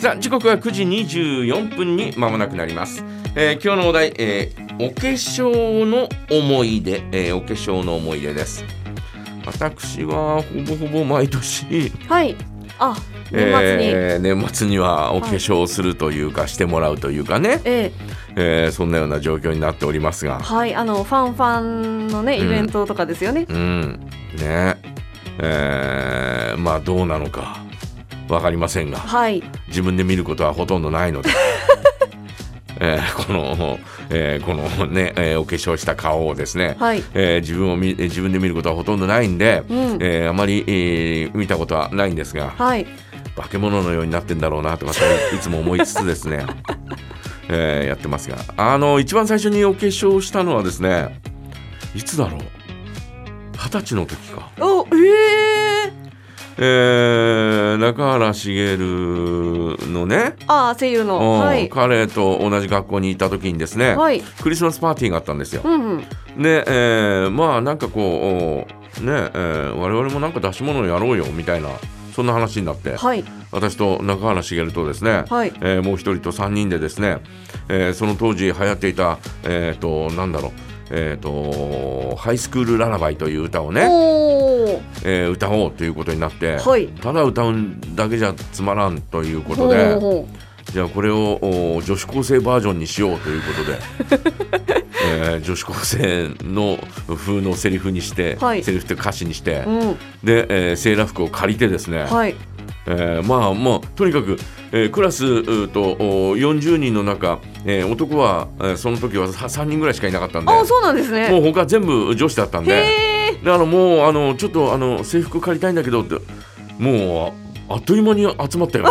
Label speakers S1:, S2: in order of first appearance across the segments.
S1: さあ時刻は9時24分に間もなくなります、えー今日のお題、えーお化粧の思い出、えーお化粧の思い出です私はほぼほぼ毎年、
S2: はい。あ、年末に。
S1: えー
S2: え
S1: 年末にはお化粧をするというか、してもらうというかね、
S2: え
S1: えーそんなような状況になっておりますが
S2: はい、あのファンファンのね、
S1: うん
S2: イベントとかですよね。
S1: うんねえーまあどうなのかわかりませんが
S2: はい、
S1: 自分で見ることはほとんどないの で、えーこの、えーこのね、えーお化粧した顔をですね、
S2: はい、
S1: えー自分を見えー自分で見ることはほとんどないんで、
S2: うん
S1: えーあまり、えー見たことはないんですが
S2: はい、
S1: 化け物のようになってんだろうなとか そういつも思いつつですね、えーやってますがあの一番最初にお化粧したのはですねいつだろう二十歳の時か。
S2: お、ええ
S1: えー、中原茂のね、
S2: ああ、声優
S1: う
S2: の。
S1: ん
S2: はい、
S1: 彼と同じ学校にいた時にですね、
S2: はい、
S1: クリスマスパーティーがあったんですよ
S2: う。ん、うん、
S1: で、えーまあなんかこうおね、えー我々もなんか出し物をやろうよみたいなそんな話になって、
S2: はい、
S1: 私と中原茂とですね、
S2: はい
S1: えーもう一人と3人でですね、えーその当時流行っていた、えー、となんだろう、えー、とハイスクールララバイという歌をね、
S2: おお、
S1: えー歌おうということになって、
S2: はい
S1: ただ歌うだけじゃつまらんということ
S2: ほう
S1: で
S2: ほ
S1: じゃあこれをお女子高生バージョンにしようということで、 えー女子高生の風のセリフにして、
S2: はい
S1: セリフって歌詞にして、
S2: う、うん、
S1: で、えーセーラー服を借りてですね、
S2: はい、
S1: えーまあまあとにかく、えークラスうーとお40人の中、えー男は、えーその時は3人ぐらいしかいなかったんで
S2: ああ、そうなんです
S1: も
S2: ね。
S1: う他全部女子だったん
S2: へ
S1: で。
S2: え、
S1: であのもうあのちょっとあの制服借りたいんだけどってもうああっという間に集まったよ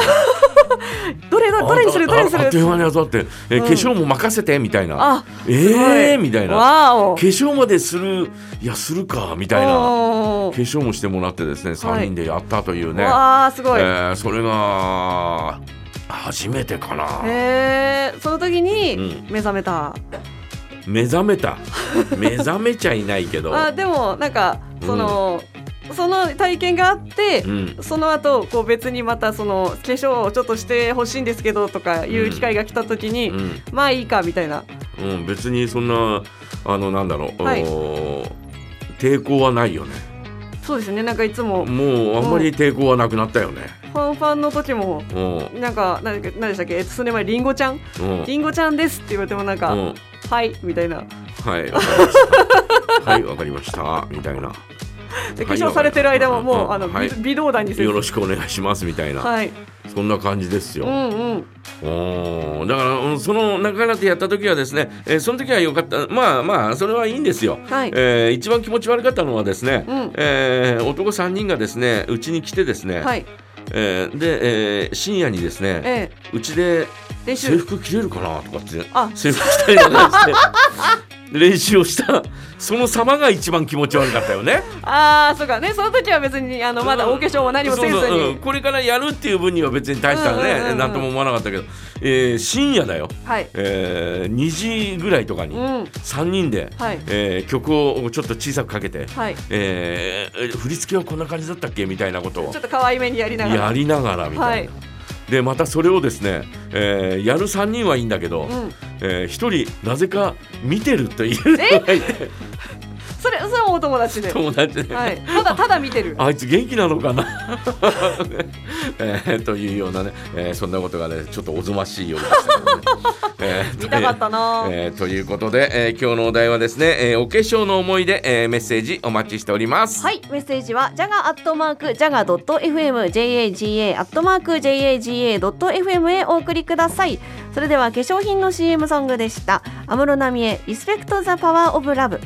S2: どれが、どれにする、どれにす
S1: あああっという間
S2: る。
S1: に集まって、え
S2: うん
S1: 化粧も任せてみたいな
S2: あ、
S1: ええー、みたいな
S2: わーお。
S1: 化粧までするいやするかみたいな
S2: お
S1: 化
S2: ー
S1: 粧もしてもらってですね3人でやったというね、
S2: わあ、すごい。
S1: え
S2: へ
S1: ーそれが初めてかな、
S2: え、その時に
S1: う
S2: 目覚めた。
S1: 目覚めた目覚めちゃいないけど、
S2: あ、でも、なんか、その、その体験があって
S1: う。ん、
S2: その後こう別にまたその化粧をちょっとしてほしいんですけどとかいう機会が来た時に、
S1: うん
S2: まあいいかみたいな
S1: うん、別にそんなあのなんだろう、
S2: はい
S1: おー抵抗はないよね
S2: そうですねなんかいつもフ
S1: もうあんまり抵抗はなくなったよね
S2: ァンファンの時も
S1: うんう
S2: なんか何でしたっけえっと数年前りんごちゃん
S1: ん
S2: りんごちゃんですって言われてもなんか、
S1: うん
S2: はいみたいな
S1: はいわかりま したはいわかりましたみたいな
S2: で化粧されてる間ももう、
S1: うん
S2: あの、
S1: はい
S2: 微微動だにせず
S1: よろしくお願いしますみたいな、
S2: はい
S1: そんな感じですよ、
S2: うんうん
S1: おーだからうんその中原とやった時はですね、えーその時は良かったまあまあそれはいいんですよ、
S2: はい
S1: えー一番気持ち悪かったのはですね、
S2: うん
S1: えー男3人がですねうちに来てですね、
S2: はい
S1: えーで、えー深夜にですね
S2: ええ
S1: うちで
S2: 練
S1: 制
S2: 習
S1: 服着れるかなとかって
S2: あ
S1: 制服着たりとかして練習をしたその様が一番気持ち悪かったよね。
S2: ああそうかねその時は別にあのまだお化粧も何もせずに
S1: そうそううんこれからやるっていう分には別に大したね、
S2: うんうんうんうん
S1: なんとも思わなかったけど、えー深夜だよ、
S2: はい
S1: えー2時ぐらいとかに
S2: うん
S1: 3人で、
S2: はい
S1: えー曲をちょっと小さくかけて、
S2: はい
S1: えー振り付けはこんな感じだったっけみたいなことを
S2: ちょっと可愛い目にやりながら
S1: やりながらみたいな。でまたそれをですね、えーやる3人はいいんだけど、
S2: うん
S1: え1人なぜか見てるという人がいて
S2: それそれもお友達で、
S1: 友達で、
S2: はい、ただただ見てる
S1: あいつ元気なのかな、 えーというようなね、えーそんなことがねちょっとおぞましいようでしたけどね。えーと
S2: 見たかったなあ
S1: えーということで、えー今日のお題はですね、えーお化粧の思い出、えーメッセージお待ちしております。
S2: はい、メッセージはジャガアットマークジャガドット FM JAGA アットマーク JAGA ドット FM へお送りください。それでは化粧品の CM ソングでした。安室奈美恵リスペクトザパワーオブラブ。